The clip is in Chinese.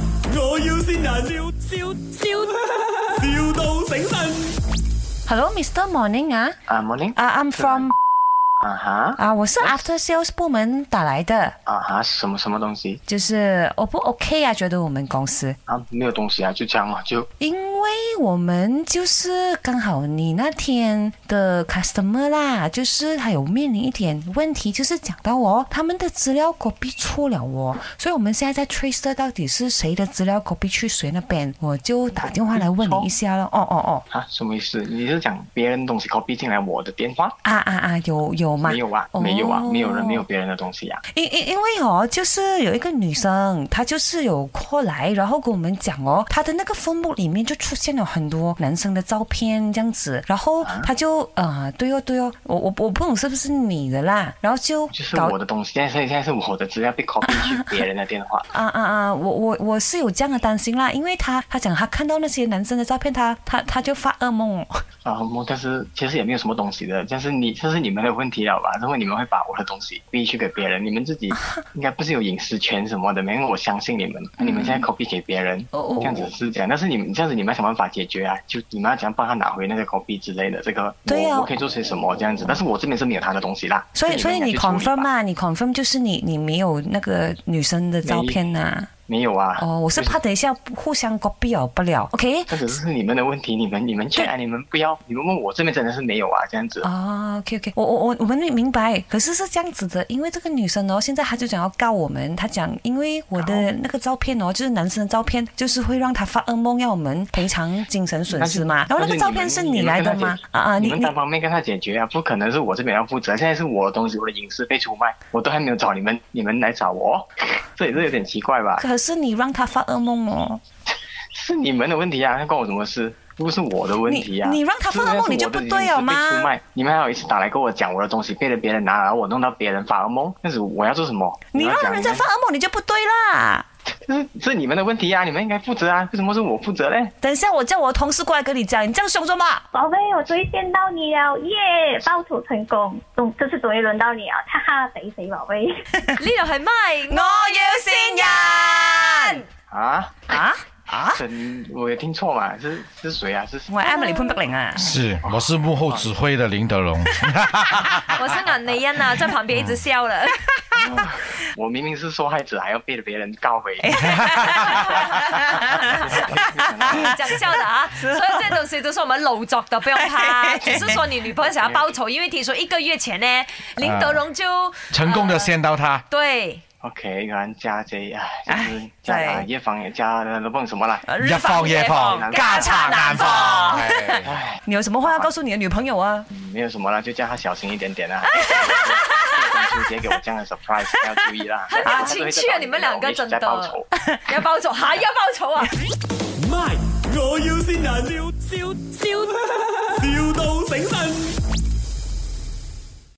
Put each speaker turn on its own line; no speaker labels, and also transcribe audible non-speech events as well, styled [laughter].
要先人，笑笑笑，,笑到醒神。 [laughs]
Hello, Mr. Morning 啊，
啊，morning，
啊、i m from
啊哈，
啊、我是 After Sales 部门打来的，
啊哈，什么什么东西
就是我不 OK 啊，觉得我们公司，
啊？没有东西啊，就这样嘛，就
因为我们就是刚好你那天的 customer 啦，就是他有面临一点问题，就是讲到哦，他们的资料 copy 错了哦，所以我们现在在 trace 到到底是谁的资料 copy 去谁那边，我就打电话来问你一下了，哦哦哦，
啊，什么意思？你是讲别人东西 copy 进来我的电话？
啊啊啊，有有吗？
没有啊，
哦
没有啊，没有人没有别人的东西啊呀、
因因因为哦，就是有一个女生，她就是有 call 来，然后跟我们讲哦，她的那个 phone book 里面就出现了很多男生的照片这样子，然后
啊
她就呃，对哦对哦，我我我不懂是不是你的啦，然后就呃
就是
搞
我的东西，现在所以现在是我的资料被 copy
[laughs]
去别人的电话
啊啊啊！我我我是有这样的担心啦，因为她她讲她看到那些男生的照片，她她她就发噩梦。
然后啊但是其实也没有什么东西的，但是你这是你们的问题了吧？因为你们会把我的东西 copy 去给别人，你们自己应该不是有隐私权什么的，没？因为我相信你们，
嗯
你们现在 copy 给别人，
哦哦
这样子是这样，但是你们这样子你们要想办法解决啊，就你们要怎样帮他拿回那个 copy 之类的，这个
对啊
我我可以做些什么这样子，但是我这边是没有他的东西啦，
所以所以你
们应该去处
confirm
理吧
啊，你 confirm 就是你你没有那个女生的照片呐、
没有啊，
哦，我是怕等一下互相 copy 了不了。OK，
这只是你们的问题，你们你们去啊，你们不要，你们问我这边真的是没有啊，这样子。
啊、o k OK，我我我我们明白，可是是这样子的，因为这个女生哦，现在她就想要告我们，她讲因为我的那个照片哦，就是男生的照片，就是会让她发噩梦，要我们赔偿精神损失嘛。哦然后那个照片是你来的吗？啊啊，
你
你
们
你
单方面跟他解决啊，不可能是我这边要负责。现在是我的东西，我的隐私被出卖，我都还没有找你们，你们来找我，这也是有点奇怪吧？
可是你让她发噩梦哦，
是你们的问题啊，那关我什么事？又不是我的问题啊！
你你让他放噩梦
是
你就不对了吗
是我的隐私被出卖，你们还有一次打来跟我讲我的东西被人别人拿了，然后我弄到别人发噩梦，那是我要做什么？
你
要
让
讲
人家
你
发噩梦你就不对啦。
们，这是是你们的问题啊，你们应该负责啊，为什么是我负责嘞？
等一下我叫我的同事过来跟你讲，你这样凶做嘛？
宝贝，我终于见到你了，耶！爆图成功，终这次终于轮到你了，哈哈，肥肥宝贝。
[laughs] 呢度係咪？
我要先人
啊？
啊啊！
真我有听错嘛？是是谁啊？是
我 Emily 潘碧玲啊。
是，我是幕后指挥的林德 [laughs] 龙。
我是顏麗欣啊，即係旁邊一直笑啦。
我明明是受害者，还要被别人告回。
哎讲笑
[laughs]
的啊，所以这种事都是我们老作的，不用怕。只是说你女朋友想要报仇，因为听说一个月前
嗯
呢，林德荣就
成功的先到他。
对
[laughs] OK，原来加 J 啊，就是
哎
加
对
啊夜访也加那不什么啦。
嗯
一放夜放，
家差難放
放。
唉，
你有什么话要告诉你的女朋友啊？
嗯没有什么啦，就叫他小心一点点
[laughs]
啦。对中秋节给我这样的 surprise 要注意啦。
很有情趣啊你们两个真
[laughs]
的
在报仇。
[laughs] 要报仇，还要报仇啊！
[laughs] 卖，我要先人，笑笑笑，,笑到醒神。